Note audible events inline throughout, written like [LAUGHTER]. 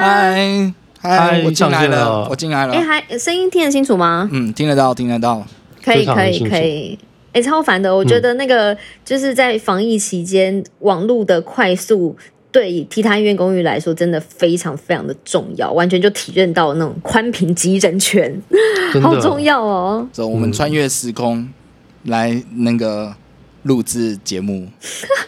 嗨嗨，嗨我进来上线了，了我进来哎，了。还声音听得清楚吗？嗯，听得到，听得到。可以，非常可清以，楚可以。哎，超烦的！我觉得那个就是在防疫期间，网络的快速对提坛医院公寓来说，真的非常非常的重要，完全就体认到那种宽频及人权，真好重的，要哦！走，我嗯们穿越时空来那个录制节目。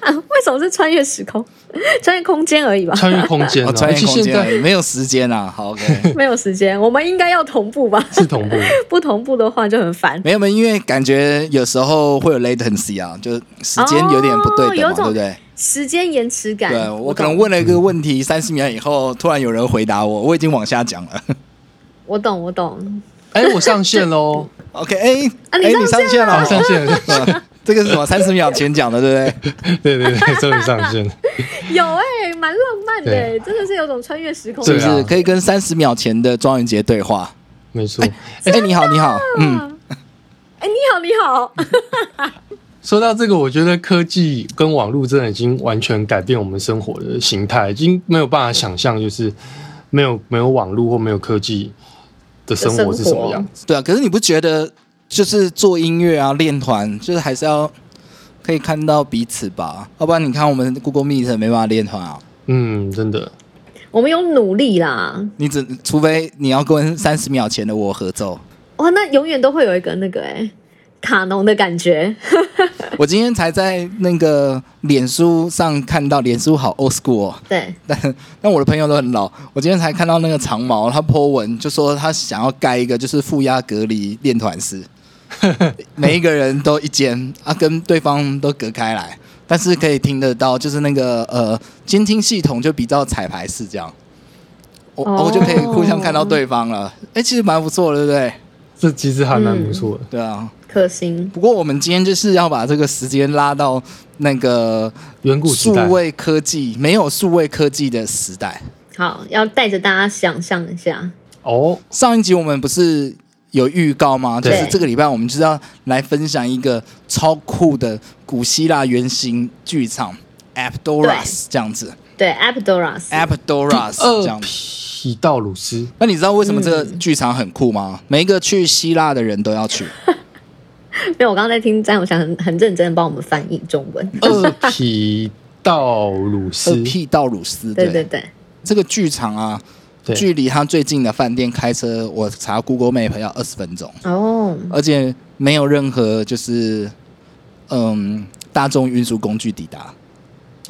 为什么是穿越时空、 [LAUGHS] 穿越空间而 [LAUGHS] 已吧？穿越空间哦，啊，穿而越且哎空现间在而已没有时间啊。好，OK。 [LAUGHS] 没有时间，我们应该要同步吧？是同步，不同步的话就很烦。没有没有，因为感觉有时候会有 latency 啊，就是时间有点不对等哦有嘛，对种不对？时间延迟感，对我可懂能问了一个问题，三十秒以后突然有人回答我，我已经往下讲了。 [LAUGHS] 我懂，我懂。哎，我上线喽， OK，哎啊哎你，上上线啊，了，上线 [LAUGHS] 了， [LAUGHS] 嗯这个是什么？三十秒前讲的，对不对？对对对，终于上线了， [LAUGHS] 有哎、蛮浪漫的、欸对真的是有种穿越时空是对不啊是可以跟三十秒前的庄云杰对话？没错。哎，你好，你好，嗯，哎、你好，你好，说到这个，我觉得科技跟网络真的已经完全改变我们生活的形态，已经没有办法想象，就是没有没有网络或没有科技的生活是什么样子。对啊。可是你不觉得就是做音乐啊、练团，就是还是要可以看到彼此吧？要不然你看我们 Google Meet 没办法练团啊。嗯，真的， [LAUGHS] 我们有努力啦。你只除非你要跟三十秒前的我合奏。哇，那永远都会有一个那个哎、卡农的感觉，我今天才在那个脸书上看到，脸书好 old school 哦、对，但但我的朋友都很老。我今天才看到那个长毛，他 po 文就说他想要盖一个就是负压隔离练团 [LAUGHS] 室，每一个人都一间，啊，跟对方都隔开来，但是可以听得到，就是那个呃监听系统就比较彩排式这样，我、啊哦我就可以互相看到对方了。哎、其实蛮不错的，对不对？这其实还蛮不错的。对啊。可心，不过我们今天就是要把这个时间拉到那个远古时数代，位科技没有数位科技的时代。好，要带着大家想象一下，哦，上一集我们不是有预告吗？就对是这个礼拜我们就是要来分享一个超酷的古希腊原型剧场 Apdoras 这样子对 a p d o r a s ，Apdoras 这二样子。匹道鲁斯，那你知道为什么这个剧场很酷嗯吗？每一个去希腊的人都要去。没有，我刚刚在听詹永祥很很认真的帮我们翻译中文，二匹道鲁二斯，屁道鲁斯，对对对，这个剧场啊，对距离他最近的饭店开车，我查 Google Map 要二十分钟，哦，而且没有任何就是嗯大众运输工具抵达。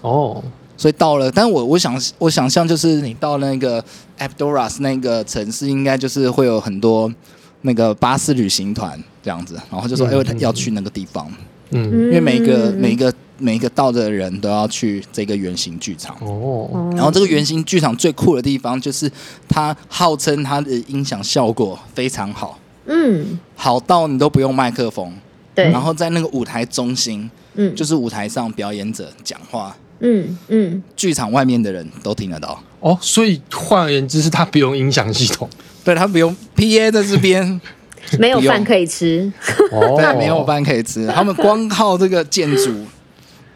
哦，所以到了，但我我想我想象就是你到那个 Abdoras 那个城市，应该就是会有很多那个巴士旅行团这样子，然后就说哎、嗯我嗯要去那个地方，嗯，因因为每一个每一个每一个到的人都要去这个圆形剧场。哦，然后这个圆形剧场最酷的地方就是它号称它的音响效果非常好，嗯，好到你都不用麦克风，对，然后在那个舞台中心，嗯就是舞台上表演者讲话，嗯嗯，剧场外面的人都听得到。哦，所以换而言之，是它不用音响系统，对他不用 PA 在这边，没有不用饭可以吃， [LAUGHS] 哦，但没有饭可以吃。他们光靠这个建筑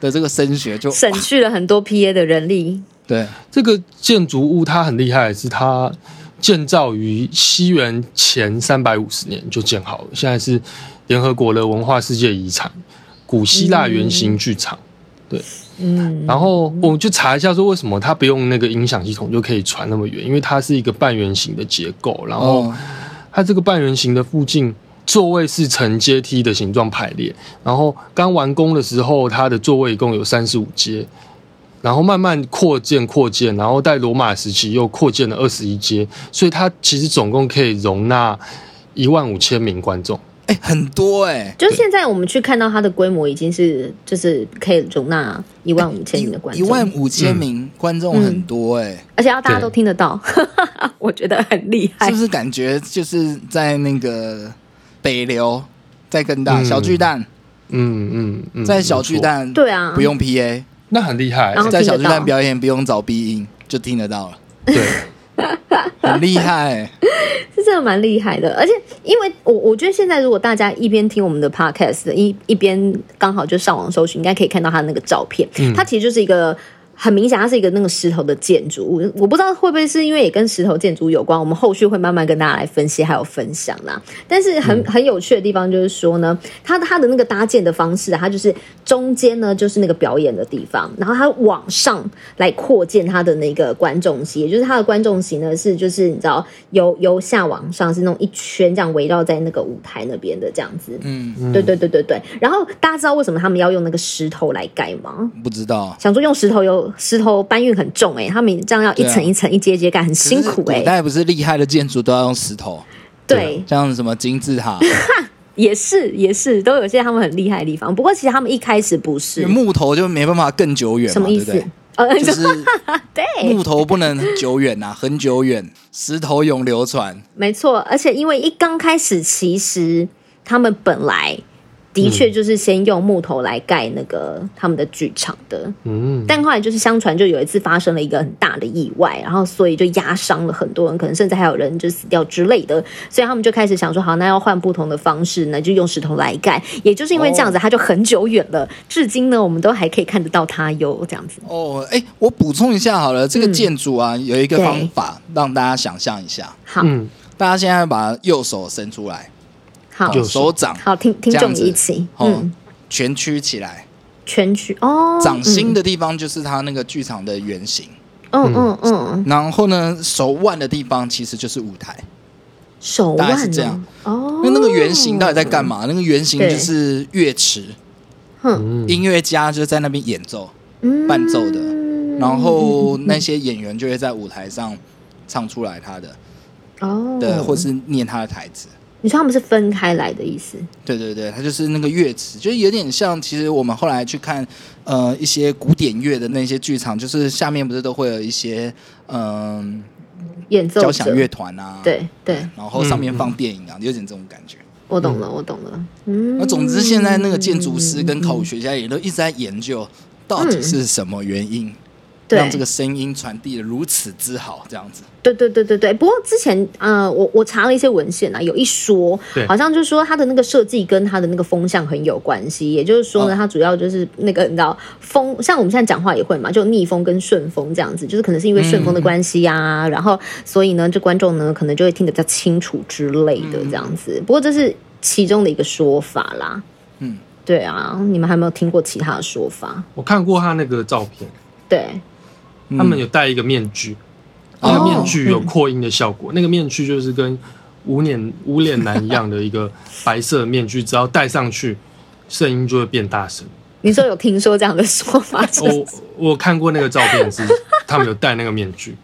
的这个声学就省去了很多 PA 的人力，对这个建筑物它很厉害，是它建造于西元前三百五十年就建好了，现在是联合国的文化世界遗产古希腊圆形剧场。嗯，然后我就查一下说为什么它不用那个音响系统就可以传那么远，因为它是一个半圆形的结构，然后哦它这个半圆形的附近。座位是呈阶梯的形状排列，然后刚完工的时候，它的座位一共有三十五阶，然后慢慢扩建扩建，然后在罗马时期又扩建了二十一阶，所以它其实总共可以容纳一万五千名观众。哎、很多哎、就现在我们去看到它的规模已经是就是可以容纳一万五千名的观一众，嗯万五千名观众很多哎、而且要大家都听得到， [LAUGHS] 我觉得很厉害哎是不。是感觉就是在那个北流，在更大、嗯小巨蛋，嗯嗯嗯，在小巨区，蛋对啊，不用 PA，那很厉害然，后在小听巨得蛋到表演不用找鼻音就听 [LAUGHS] 得到了，对，很厉害。哎是真的蛮厉害的。而且，因为我我觉得现在如果大家一边听我们的嗯 podcast，一一边刚好就上网搜寻，应该可以看到它那个照片。它其实就是一个很明显它是一个那个石头的建筑物，我不知道会不会是因为也跟石头建筑有关，我们后续会慢慢跟大家来分析还有分享啦。但是很嗯很有趣的地方就是说呢，它它的那个搭建的方式、啊，它就是中间呢就是那个表演的地方，然后它往上来扩建它的那个观众席，也就是它的观众席呢是就是你知道由由下往上是那种一圈这样围绕在那个舞台那边的这样子。嗯，对对对对对。然后大家知道为什么他们要用那个石头来盖吗？嗯不知道。想说用石头有石头搬运很重哎、欸，他们这样要一层一层一阶一阶盖，很辛苦啊可是啊哎、古代不是厉害的建筑都要用石头，对，像什么金字 [LAUGHS] 塔、也是也是，都有些他们很厉害的地方。不过其实他们一开始不是木头就没办法更久远嘛，什么意思对不？呃， [LAUGHS] 对？就是对，木头不能很久远呐、啊很久远，石头永流传。没错。而且因为一刚开始，其实他们本来的嗯确就是先用木头来盖那个他们的剧场的，嗯，但后来就是相传就有一次发生了一个很大的意外，然后所以就压伤了很多人，可能甚至还有人就死掉之类的，所以他们就开始想说，好，那要换不同的方式呢，就用石头来盖。也就是因为这样子，它就很久远了，至今呢，我们都还可以看得到它有这样子。哦，哎，我补充一下好了，这个嗯建筑啊、有一个对方法让大家想象一下，好，嗯，大家现在把右手伸出来，好，右手手掌好，听听这众样也子一起，哦、嗯，蜷曲起来，全曲哦，掌心的，的地方就是它那个剧场的圆形，嗯嗯嗯，然后呢，手腕的地方其实就是舞台。手大概腕是这样呢哦，那那个圆形到底在干嘛？那个圆形就是乐池，哼音乐家就在那边演奏，嗯伴奏的然后那些演员就会在舞台上唱出来他的哦的，或是念他的台词。你说他们是分开来的意思，对对对，它就是那个乐池，就是有点像，其实我们后来去看，呃，一些古典乐的那些剧场，就是下面不是都会有一些，嗯、演奏交者响乐团啊，，对嗯对，然后上面放电影啊，有点这种感觉。我懂了，我懂了。嗯，那总之，现在那个建筑师跟考古学家也都一直在研究，到底是什么原因、嗯对让这个声音传递的如此之好，这样子。对对对对对。不过之前呃，我我查了一些文献啊，有一说对好像就是说它的那个设计跟它的那个风向很有关系，也就是说呢，哦它主要就是那个你知道风，像我们现在讲话也会嘛，就逆风跟顺风这样子，就是可能是因为顺风的关系啊，然后所以呢，这观众呢可能就会听得比较清楚之类的这样子。不过这是其中的一个说法啦。嗯，对啊，你们还没有听过其他的说法？我看过他那个照片，对，嗯他们有戴一个面具，哦那个面具有扩音的效果，嗯那个面具就是跟无脸无脸男一样的一个白色的面具，只要戴上去，声音就会变 [LAUGHS] 大声。你说有听说这样的说法？就是我我看过那个照片是他们有戴那个面具，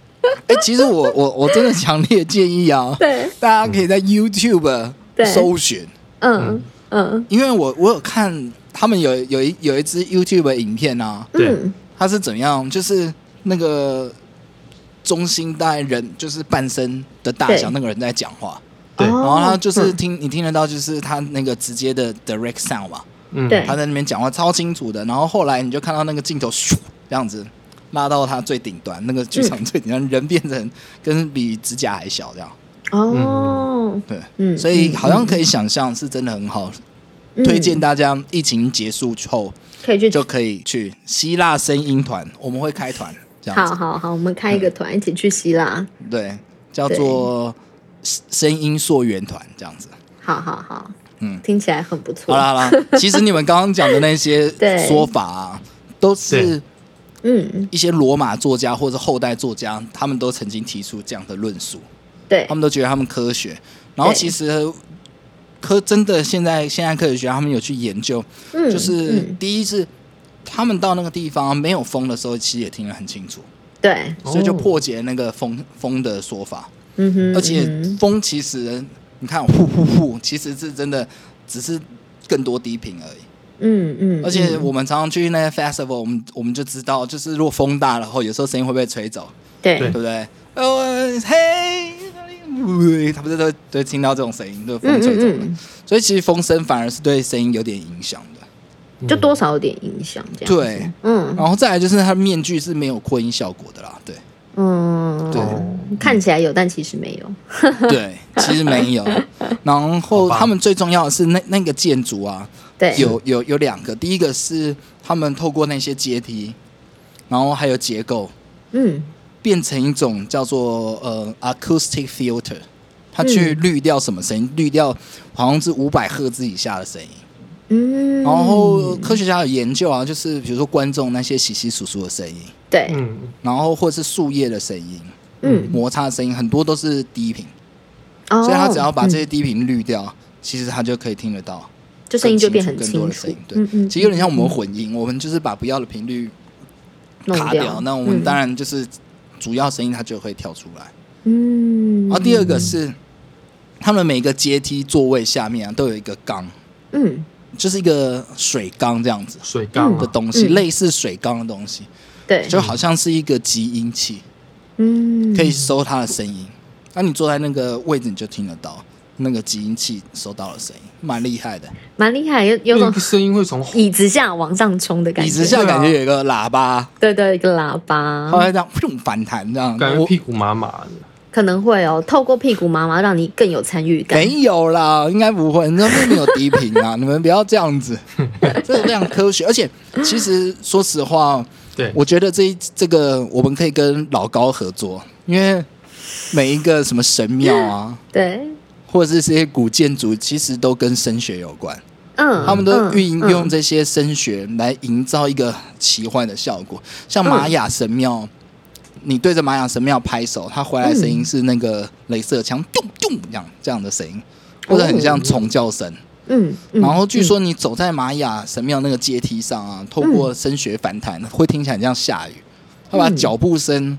哎、其实我我我真的强烈建议 [LAUGHS] 啊，对，大家可以在 YouTube 对搜寻，嗯嗯因为我我有看他们有有一有一支 YouTube 影片啊，对嗯，它是怎样，就是那个中心大概人就是半身的大小对那个人在讲话，对哦然后他就是嗯听、你听得到，就是他那个直接的 direct sound 嘛，嗯，对他在那边讲话超清楚的，然后后来你就看到那个镜头咻这样子拉到他最顶端，那个剧嗯场最顶端、人变成跟比指甲还小这样，哦，对，嗯所以好像可以想象是真的很好，嗯推荐大家疫情结束后可以去就可以去希腊声音团，我们会开团这样好子，好好，我们开一个团一起去希腊，对，叫做声音溯源团这样子。好好好，嗯听起来很不错，好啦 [LAUGHS] 好啦，其实你们刚刚讲的那些对说法啊，都是对嗯，一些罗马作家或者后代作家，他们都曾经提出这样的论述，对他，们都觉得他们科学。然后对其实科真的现在现在科学学家他们有去研究，嗯，就是嗯第一是他们到那个地方没有风的时候，其实也听得很清楚，对，哦所以就破解那个风风的说法。嗯哼，而且嗯风其实你看呼呼呼，其实是真的只是更多低频而已。嗯嗯，而且嗯我们常常去那些 festival，我们我们就知道，就是如果风大了后，有时候声音会被吹走，对对，不对？呃，嘿，喂他不是都都会听到这种声音，都被风吹走了。嗯嗯所以其实风声反而是对声音有点影响的。就多少有点影响这样，对，嗯然后再来就是它面具是没有扩音效果的啦，对嗯，对哦，看起来有，但其实没有，对，其实没 [LAUGHS] 有。然后好吧他们最重要的是那那个建筑啊，对，有有有两个，第一个是他们透过那些阶梯然后还有结构，嗯，变成一种叫做呃 acoustic filter，它去嗯滤掉什么声音？滤掉好像是五百赫兹以下的声音。嗯，然后科学家有研究啊，就是比如说观众那些稀稀疏疏的声音，对，嗯，然后或者是树叶的声音、嗯，摩擦的声音，很多都是低频，哦，所以他只要把这些低频滤掉，其实他就可以听得到，就声音就变很更清多的楚声音，。对，嗯嗯，其实有点像我们混音，我们就是把不要的频率嗯弄卡掉。那我们当然，然就是主要声音它就会跳出来。嗯，然后啊第二个是，他们每个阶梯座位下面啊都有一个缸，嗯，就是一个水缸这样子水缸的啊，东西，嗯类似水缸的东西，对，就好像是一个集音器，嗯，可以收它的声音。那你坐在那个位置，你就听得到那个集音器收到的声音，蛮厉害的。蛮厉害，有有那种个声音会从后椅子下往上冲的感嗯椅觉，子下感觉有一个喇叭，对对，一个喇它叭会这样砰反弹这样。感觉我屁股麻麻的，可能会哦，透过屁股麻麻让你更有参与感。没有啦，应该不会，你那边没有低频啊，你们不要这样子，这个非常科学。而且其实说实话，对，我觉得这一这个我们可以跟老高合作，因为每一个什么神庙啊，对，或者是这些古建筑，其实都跟声学有关，嗯，他们都嗯运嗯用这些声学来营造一个奇幻的效果，嗯像玛雅神庙。你对着玛雅神庙拍手，它回来的声音是那个镭射嗯枪咚咚这样这样的声音，或者很像虫叫声。嗯，嗯然后据说你走在玛雅神庙那个阶梯上啊，透过声学反弹，会听起来很像下雨。嗯他把脚步声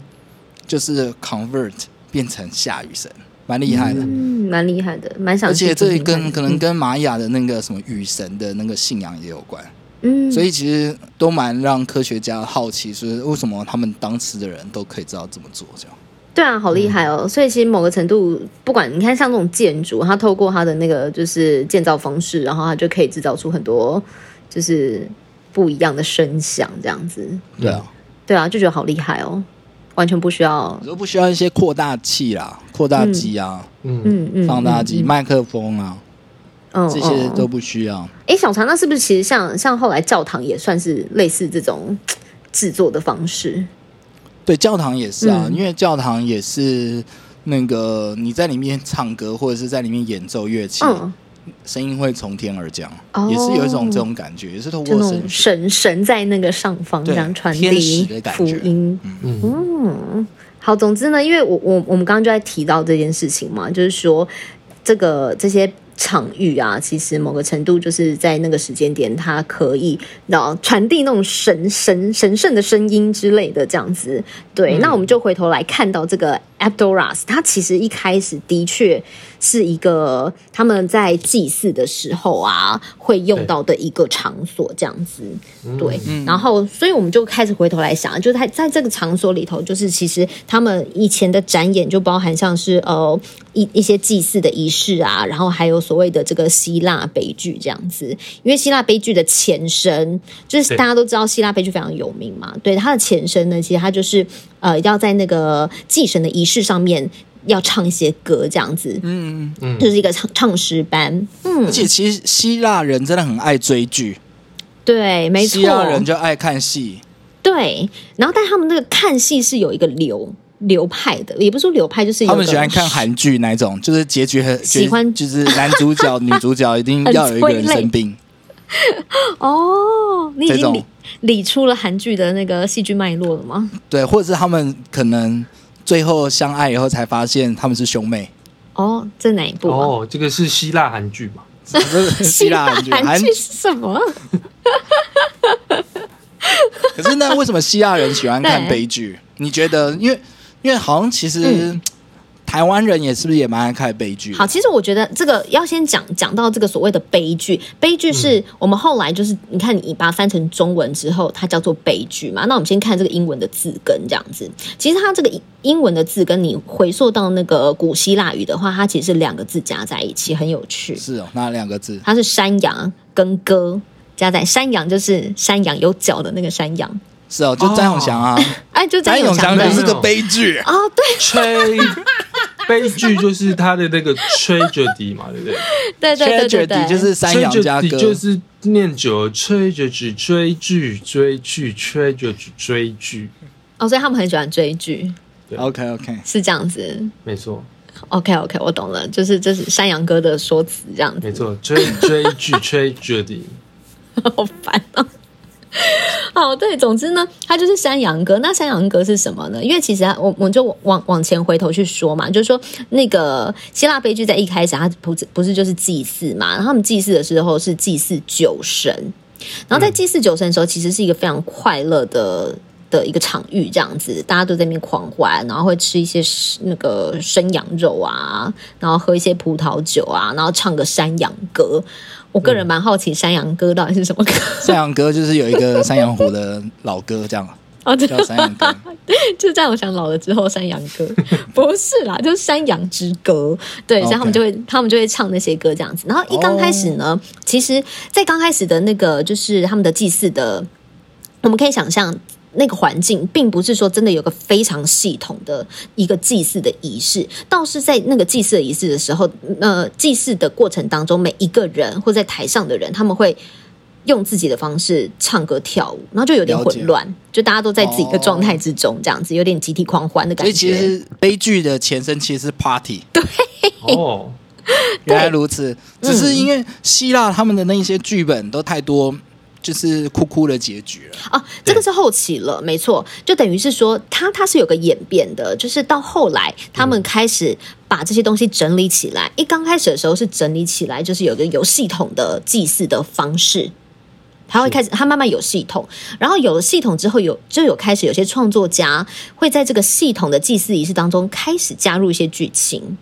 就是 convert 变成下雨声，蛮厉害的。嗯，蛮厉害的，蛮想而去且听这听看的。跟可能跟玛雅的那个什么雨神的那个信仰也有关，嗯，嗯所以其实都蛮让科学家好奇，是为什么他们当时的人都可以知道这么做这样。对啊，好厉害哦！所以其实某个程度，不管你看像这种建筑，它透过它的那个就是建造方式，然后它就可以制造出很多就是不一样的声响，这样子。对啊，对啊，就觉得好厉害哦，完全不需要你。都不需要一些扩大器啦、扩大机啊、嗯，嗯嗯，放大机、麦克风啊，嗯，这些嗯都不需要。哎，小常，那是不是其实像像后来教堂也算是类似这种嘖制作的方式？对，教堂也是啊，嗯因为教堂也是那个你在里面唱歌或者是在里面演奏乐器，嗯，声音会从天而降，哦也是有一种这种感觉，也是透就过那声种学。神神在那个上方这对样传天使递的感福觉音。嗯嗯，好，总之呢，因为我我我们刚刚就在提到这件事情嘛，就是说这个这些场域啊，其实某个程度就是在那个时间点，它可以然后传递那种神神神圣的声音之类的这样子。嗯对，那我们就回头来看到这个 Abdoras，它其实一开始的确是一个他们在祭祀的时候啊会用到的一个场所这样子。对，然后所以我们就开始回头来想，就在在这个场所里头，就是其实他们以前的展演就包含像是呃一一些祭祀的仪式啊，然后还有所谓的这个希腊悲剧这样子，因为希腊悲剧的前身就是对大家都知道希腊悲剧非常有名嘛，对它的前身呢，其实它就是呃要在那个祭神的仪式上面要唱一些歌这样子，嗯，就是一个唱唱诗班，嗯而，且其实希腊人真的很爱追剧，对，没错，希腊人就爱看戏，对，然后但他们那个看戏是有一个流流派的，也不是说流派，就是有他们一喜个欢看韩剧那一种， [LAUGHS] 就是结局很喜欢结就是男主 [LAUGHS] 角女主角一定要有一个人生病，哦，你已这经种理理出了韩剧的那个戏剧脉络了吗？对，或者是他们可能最后相爱以后才发现他们是兄 [LAUGHS] 妹，哦，这哪一部啊？哦，这个是希腊韩剧嘛，这是希腊韩剧，韩韩剧是什么？可是那为什么希腊人喜欢看悲剧？你觉得？因为因为好像其实、台湾人也是不是也蛮爱看悲剧？嗯好，其实我觉得这个要先讲讲到这个所谓的悲剧，悲剧嗯是我们后来就是你看你把它翻成中文之后，它叫做悲剧嘛。那我们先看这个英文的字根这样子，其实它这个英英文的字根，你回溯到那个古希腊语的话，它其实是两个字加在一起，很有趣。是哦，那两个字它是山羊跟歌加在山羊就是山羊有角的那个山羊，是哦，就詹永 [LAUGHS] 祥啊，哎，就张詹永祥强可的是个悲剧。哦，对 [LAUGHS] 吹悲剧就是他的那个 tragedy 嘛，对不对？对对对对对，就是山吹羊着加笛歌，就是念久了，吹着只追剧，追剧，吹着只追剧，哦，所以他们很喜欢追剧， OK OK。是这样子。没错， OK OK，我懂了，就是这是山羊哥的说辞，这样没子，错，追追剧，吹着笛。 [LAUGHS] 好烦哦。哦，对，总之呢，他就是山羊哥。那山羊哥是什么呢？因为其实啊我我们就往往前回头去说嘛，就是说那个希腊悲剧在一开始，它不是不是就是祭祀嘛，然后他们祭祀的时候是祭祀酒神，然后在祭祀酒神的时候，其实是一个非常快乐的。的一个场域这样子，大家都在那边狂欢，然后会吃一些那个生羊肉啊，然后喝一些葡萄酒啊，然后唱个山羊歌。我个人蛮好奇山羊歌到底是什么歌、 [LAUGHS] 山羊歌就是有一个山羊湖的老歌，这样哦，对，叫山羊歌。 [LAUGHS] 就是在我想老了之后，山羊 [LAUGHS] 歌不是啦，就是山羊之歌。对 OK 哦所以他们就会他们就会唱那些歌这样子。然后一刚开始呢其实，在刚开始的那个就是他们的祭祀的，我们可以想象。那个环境并不是说真的有个非常系统的一个祭祀的仪式，倒是在那个祭祀的仪式的时候，呃，祭祀的过程当中，每一个人或在台上的人，他们会用自己的方式唱歌跳舞，然后就有点了解混乱，就大家都在自己的状态之中，这样子有点集体狂欢的感 [LAUGHS] 所觉。以其实悲剧的前身其实是 party，哦，原来如此。只是因为希腊他们的那一些剧本都太多，就是哭哭的结局了。啊，这个是后期了，没错，就等于是说，它它是有个演变的，就是到后来他嗯们开始把这些东西整理起来。一刚开始的时候是整理起来，就是有个有系统的祭祀的方式。他会开始，他慢慢有系统，然后有了系统之后有，就有开始有些创作家会在这个系统的祭祀仪式当中开始加入一些剧情，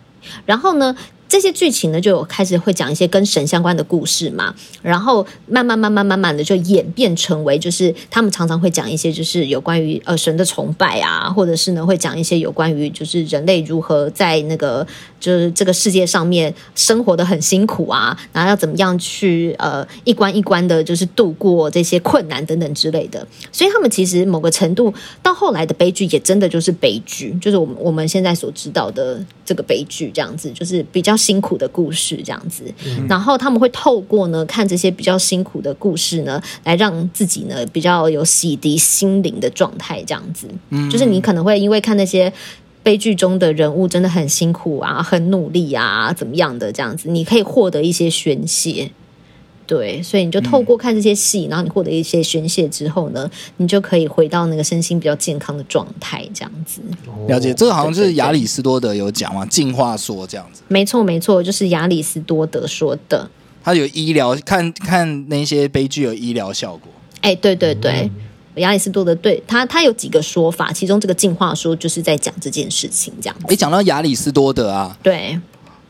然后呢，这些剧情呢就有开始会讲一些跟神相关的故事嘛，然后慢慢慢慢慢慢的就演变成为，就是他们常常会讲一些就是有关于呃神的崇拜啊，或者是呢会讲一些有关于就是人类如何在那个就是这个世界上面生活的很辛苦啊，然后要怎么样去呃一关一关的，就是度过这些困难等等之类的。所以他们其实某个程度到后来的悲剧也真的就是悲剧，就是我们我们现在所知道的这个悲剧这样子，就是比较辛苦的故事这样子。然后他们会透过呢看这些比较辛苦的故事呢，来让自己呢比较有洗涤心灵的状态这样子。就是你可能会因为看那些。悲剧中的人物真的很辛苦啊，很努力啊，怎么样的这样子，你可以获得一些宣泄。对，所以你就透嗯过看这些戏，然后你获得一些宣泄之后呢，你就可以回到那个身心比较健康的状态，这样子。哦了解，这个好像是亚里士多德有讲嘛，进化说这样子。没错，没错，就是亚里士多德说的。他有医疗，看看那些悲剧有医疗效果。哎，对对对，嗯亚里士多德对他他有几个说法，其中这个进化说就是在讲这件事情，这样子。诶，讲到亚里士多德啊，对，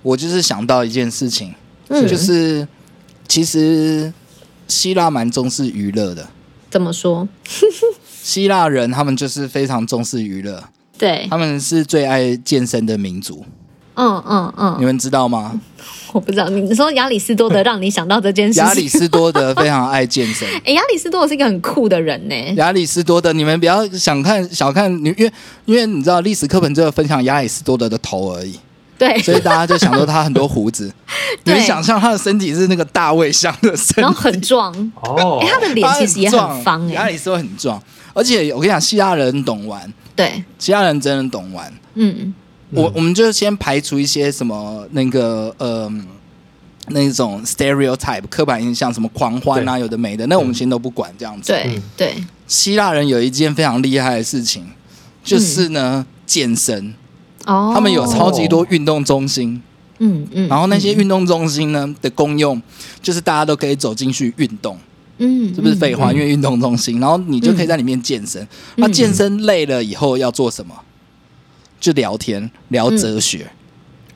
我就是想到一件事情，嗯就是其实希腊蛮重视娱乐的，怎么说？希腊人他们就是非常重视娱乐，哎对，他们是最爱健身的民族，嗯嗯嗯，你们知 [LAUGHS] 道吗？我不知道，你你说亚里士多德让你想到这件事亚里情。士多德非常爱健 [LAUGHS] 身。哎，亚里士多德是一个很酷的人呢。亚里士多德，你们不要想看小看你，因为因为你知道历史课本只有分享亚里士多德的头而已， [LAUGHS] 对，所以大家就想说他很多胡子。你对们想象他的身体是那个大卫像的身然后体，很壮。哦哎，，他的脸他其实也很壮方亚哎，里士多德很壮，而且我跟你讲，希腊人懂玩，对，希腊人真的懂玩。嗯，我我们就先排除一些什么那个呃那种 stereotype 刻板印象，什么狂欢啊，有的没的，那我们先都不管这样子。对嗯对，希腊人有一件非常厉害的事情，就是呢、健身，嗯哦，他们有超级多运动中心，嗯嗯，然后那些运动中心呢的功用就是大家都可以走进去运动，嗯，嗯这不是废话，嗯因为运动中心，然后你就可以在里面健身。那、健身累了以后要做什么？就聊天，聊哲学。嗯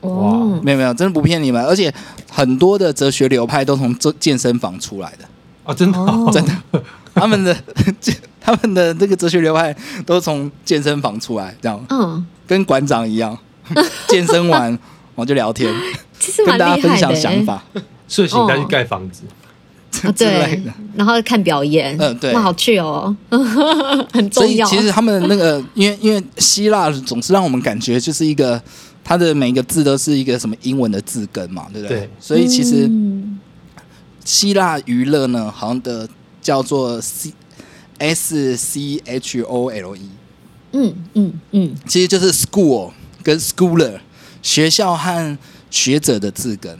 哦， [LAUGHS] 没有没有，真的不骗你们，而且很多的哲学流派都从这健身房出来 [LAUGHS] 的，哦，真的哦，真的，他们的 [LAUGHS] 他们的这个哲学流派都从健身房出来，这样嗯，跟馆长一 [LAUGHS] 样，健身完我就聊天，其实蛮跟大家厉分害的享欸，想法睡醒再去盖房子，之哦 [LAUGHS] 之类对的。，然后看表演，嗯对哇，好去哦， [LAUGHS] 很所重以要， [LAUGHS] 其实他们那个，因为因为希腊总是让我们感觉就是一个它的每一个字都是一个什么英文的字根嘛，对不对？对所以其实嗯希腊娱乐呢，好像的叫做 C S C H O L E，嗯嗯嗯，其实就是 school 跟 schooler 学校和学者的字根。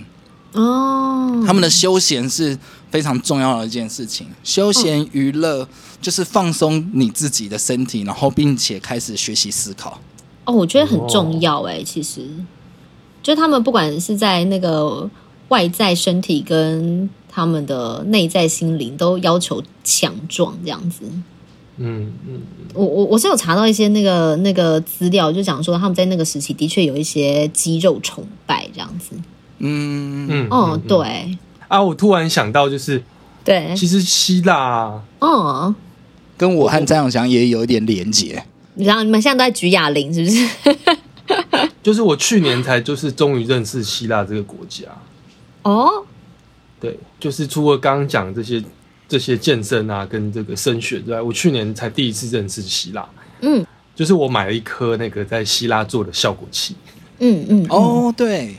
哦，他们的休闲是非常重要的一件事情。休闲娱乐就是放松你自己的身体，然后并且开始学习思考。哦，我觉得很重要哦哎、其实，就他们不管是在那个外在身体跟他们的内在心灵都要求强壮这样子。嗯嗯，我我我是有查到一些那个那个资料，就讲说他们在那个时期的确有一些肌肉崇拜这样子。嗯，嗯哦，对哎啊，我突然想到，就是对，其实希腊啊，哦，跟我和张永祥也有一点连结。你知道你们现在都在举哑铃是不是？ [LAUGHS] 就是我去年才就是终于认识希腊这个国家。哦，对，就是除了刚刚讲这些这些健身啊，跟这个升学之外，我去年才第一次认识希腊。嗯，就是我买了一颗那个在希腊做的效果器，嗯嗯，嗯，哦，对，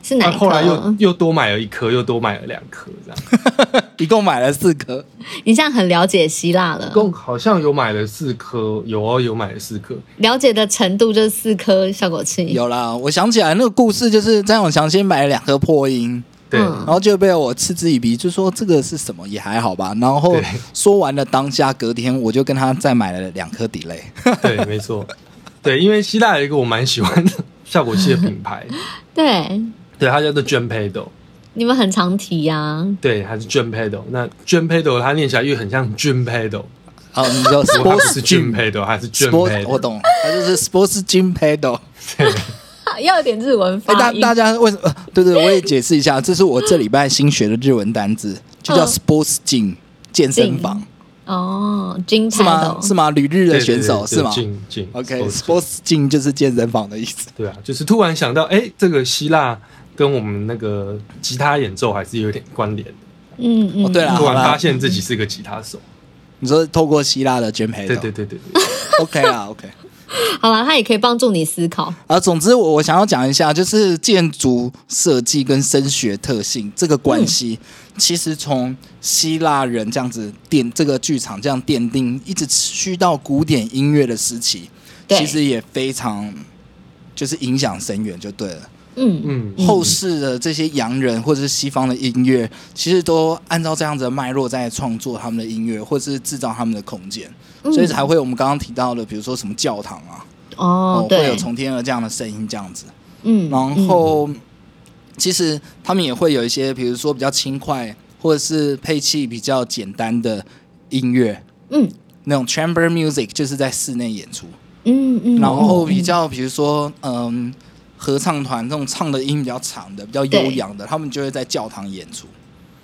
是哪啊一颗？后来又又多买了一颗，又多买了两颗，这样嗯一共买了四颗。你这样很了解希腊了一，共好像有买了四颗，有哦，有买了四颗。了解的程度就是四颗效果器。有啦，我想起来那个故事，就是张永祥先买了两颗破音，对，嗯然后就被我嗤之以鼻，就说这个是什么也还好吧。然后对说完了当下，隔天我就跟他再买了两颗 delay。对，没错，对，因为希腊有一个我蛮喜欢的效果器的品牌，对，对，它叫做 j e m p e d o 你们很常提呀、 [LAUGHS] 啊。对，它是 j e m p e d o 那 j e m p e d o 它念起来又很像 j e m p e d o 好，你 [LAUGHS] 就不过它不 sports 是 j e gym m p e d o 它是 j e m p Sports，e d 我 o 懂，它就是 Sports Gym Pedal。要有点日文哎、发大音。大家为什么？呃对对，我也解释一下，这是我这礼拜新学的日文单字，就叫嗯 Sports Gym 健身房，哦，金是牌吗？是吗？旅日的选手是吗进进？OK，Sports Gym 就是健身房的意思。对啊，就是突然想到，哎、这个希腊跟我们那个吉他演奏还是有点关联的。嗯嗯、哦对啦突然好啦发现自己是个吉他手。你说透过希腊的 Gym Pedal，对对对对对， ，OK 啊，OK。好啦，它也可以帮助你思考。啊，总之我我想要讲一下，就是建筑设计跟声学特性这个关系，嗯其实从希腊人这样子奠这个剧场这样奠定，一直持续到古典音乐的时期，对其实也非常就是影响深远，就对了。嗯嗯，后世的这些洋人或者是西方的音乐，其实都按照这样子的脉络在创作他们的音乐，或者是制造他们的空间，嗯所以才会有我们刚刚提到的，比如说什么教堂啊，哦，会有对，从天而降的声音这样子。嗯，然后、其实他们也会有一些，比如说比较轻快，或者是配器比较简单的音乐，嗯那种 chamber music 就是在室内演出，嗯嗯，然后比较比如说嗯。合唱团这种唱的音比较长的、比较悠扬的，他们就会在教堂演出。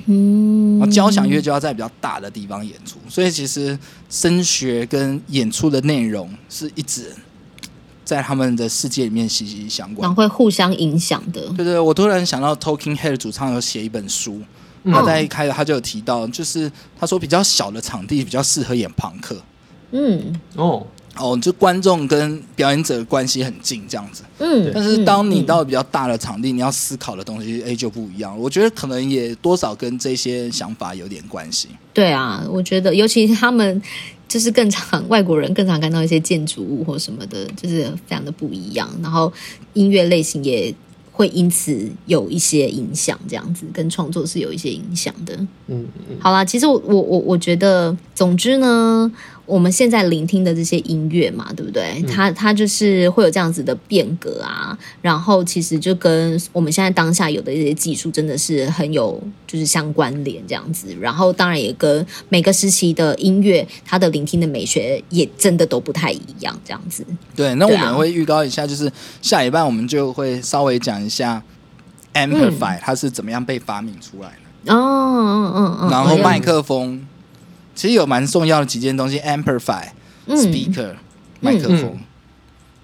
嗯，然后交响乐就要在比较大的地方演出，所以其实声学跟演出的内容是一直在他们的世界里面息息相关然后。会互相影响的。对对，我突然想到 Talking Head 主唱有写一本书，嗯他在一开始他就有提到，就是他说比较小的场地比较适合演朋克，嗯哦，哦，就观众跟表演者的关系很近这样子。嗯，但是当你嗯到比较大的场地，你要思考的东西，哎，就不一样了。我觉得可能也多少跟这些想法有点关系。对啊，我觉得尤其是他们就是更常外国人更常看到一些建筑物或什么的，就是非常的不一样。然后音乐类型也会因此有一些影响，这样子跟创作是有一些影响的。嗯嗯，好啦，其实我我我我觉得，总之呢，我们现在聆听的这些音乐嘛，对不对？嗯它它就是会有这样子的变革啊，然后其实就跟我们现在当下有的一些技术真的是很有就是相关联这样子，然后当然也跟每个时期的音乐它的聆听的美学也真的都不太一样这样子。对，那我对啊们会预告一下，就是下一半我们就会稍微讲一下嗯 Amplify、它是怎么样被发明出来的。哦，嗯嗯嗯，然后嗯麦克风，其实有蛮重要的几件东西，amplify、嗯 speaker、麦克风嗯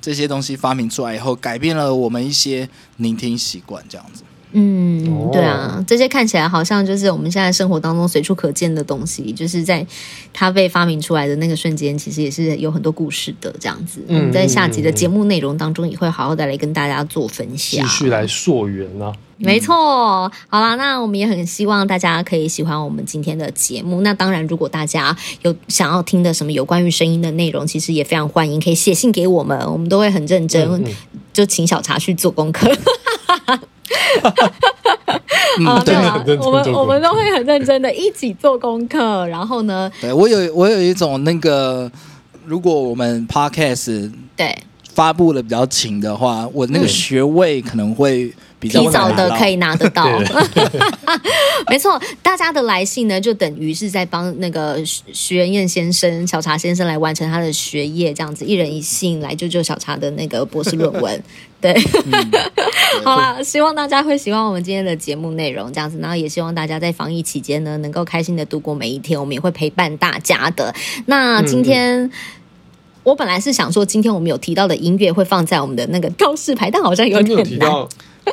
这些东西发明出来以后，改变了我们一些聆听习惯，这样子。嗯哦，对啊，这些看起来好像就是我们现在生活当中随处可见的东西，就是在它被发明出来的那个瞬间，其实也是有很多故事的这样子。嗯我们在下集的节目内容当中，也会好好的来跟大家做分继享。续来溯源啊。没错，好啦，那我们也很希望大家可以喜欢我们今天的节目。那当然，如果大家有想要听的什么有关于声音的内容，其实也非常欢迎可以写信给我们，我们都会很认真，嗯嗯就请小茶去做功课。啊， [LAUGHS] 嗯，哦没对有很啦认真，我们做功课我们都会很认真的一起做功课，然后呢，对，我有我有一种那个，如果我们 podcast 对，发布的比较勤的话，我那个嗯学位可能会比较提难早的拿到可以拿得到。 [LAUGHS] 对， [LAUGHS] 没错，大家的来信呢，就等于是在帮那个徐徐仁燕先生、小茶先生来完成他的学业，这样子一人一信来救救小茶的那个博士论 [LAUGHS] 文。对，嗯好啦，希望大家会喜欢我们今天的节目内容，这样子，然后也希望大家在防疫期间呢，能够开心的度过每一天，我们也会陪伴大家的。那嗯今天。我本来是想说，今天我们有提到的音乐会放在我们的那个告示牌，但好像 [LAUGHS] 有今天有点提难。到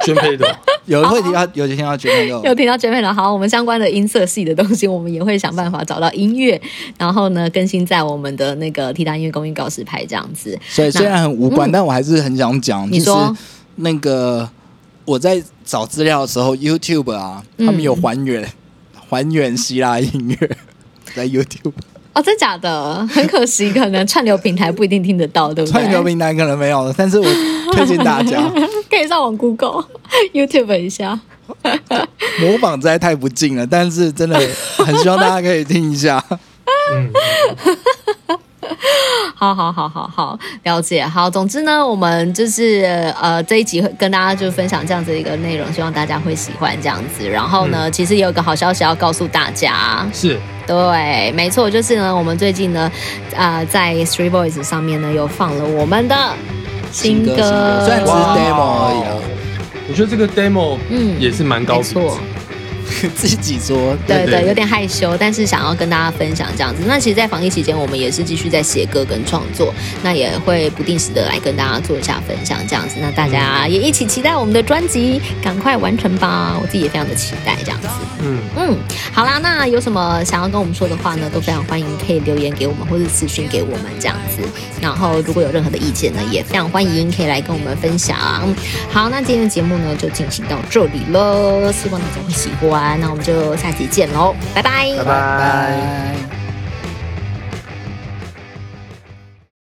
捐配的，有人会提到，有些听到觉 [LAUGHS] 得那 [LAUGHS] 有个听到绝配了，好，我们相关的音色系的东西，我们也会想办法找到音乐，然后呢更新在我们的那个替代音乐公寓告示牌这样子。所以虽然很无关，但我还是很想讲，嗯你就是说那个我在找资料的时候，YouTube 啊，嗯他们有还原还原希腊音乐 [LAUGHS] 在 YouTube，哦，真假的，很可惜，可能串流平台不一定听得到，对不 [LAUGHS] 对？川流名单可能没有了，但是我推荐大 [LAUGHS] 家可以上网 Google、YouTube 一下。模仿实在太不敬了，但是真的很希望大家可以听一下。嗯，好好好好好，了解。好，总之呢，我们就是呃这一集会跟大家就分享这样子的一个内容，希望大家会喜欢这样子。然后呢，其实也有一个好消息要告诉大家，是对，没错，就是呢，我们最近呢，呃，在 Three Boys 上面呢，有放了我们的新新歌歌，虽然只是哇 demo 而已啊我觉得这个 demo 嗯也是蛮高没级的，错，自己说，对对对，有点害羞，但是想要跟大家分享这样子。那其实，在防疫期间，我们也是继续在写歌跟创作，那也会不定时的来跟大家做一下分享这样子。那大家也一起期待我们的专辑，赶快完成吧！我自己也非常的期待这样子。嗯，嗯，好啦，那有什么想要跟我们说的话呢，都非常欢迎可以留言给我们，或者私讯给我们这样子。然后如果有任何的意见呢，也非常欢迎可以来跟我们分享。好，那今天的节目呢就进行到这里喽，希望大家会喜欢。那我们就下期见喽，拜拜拜拜。拜。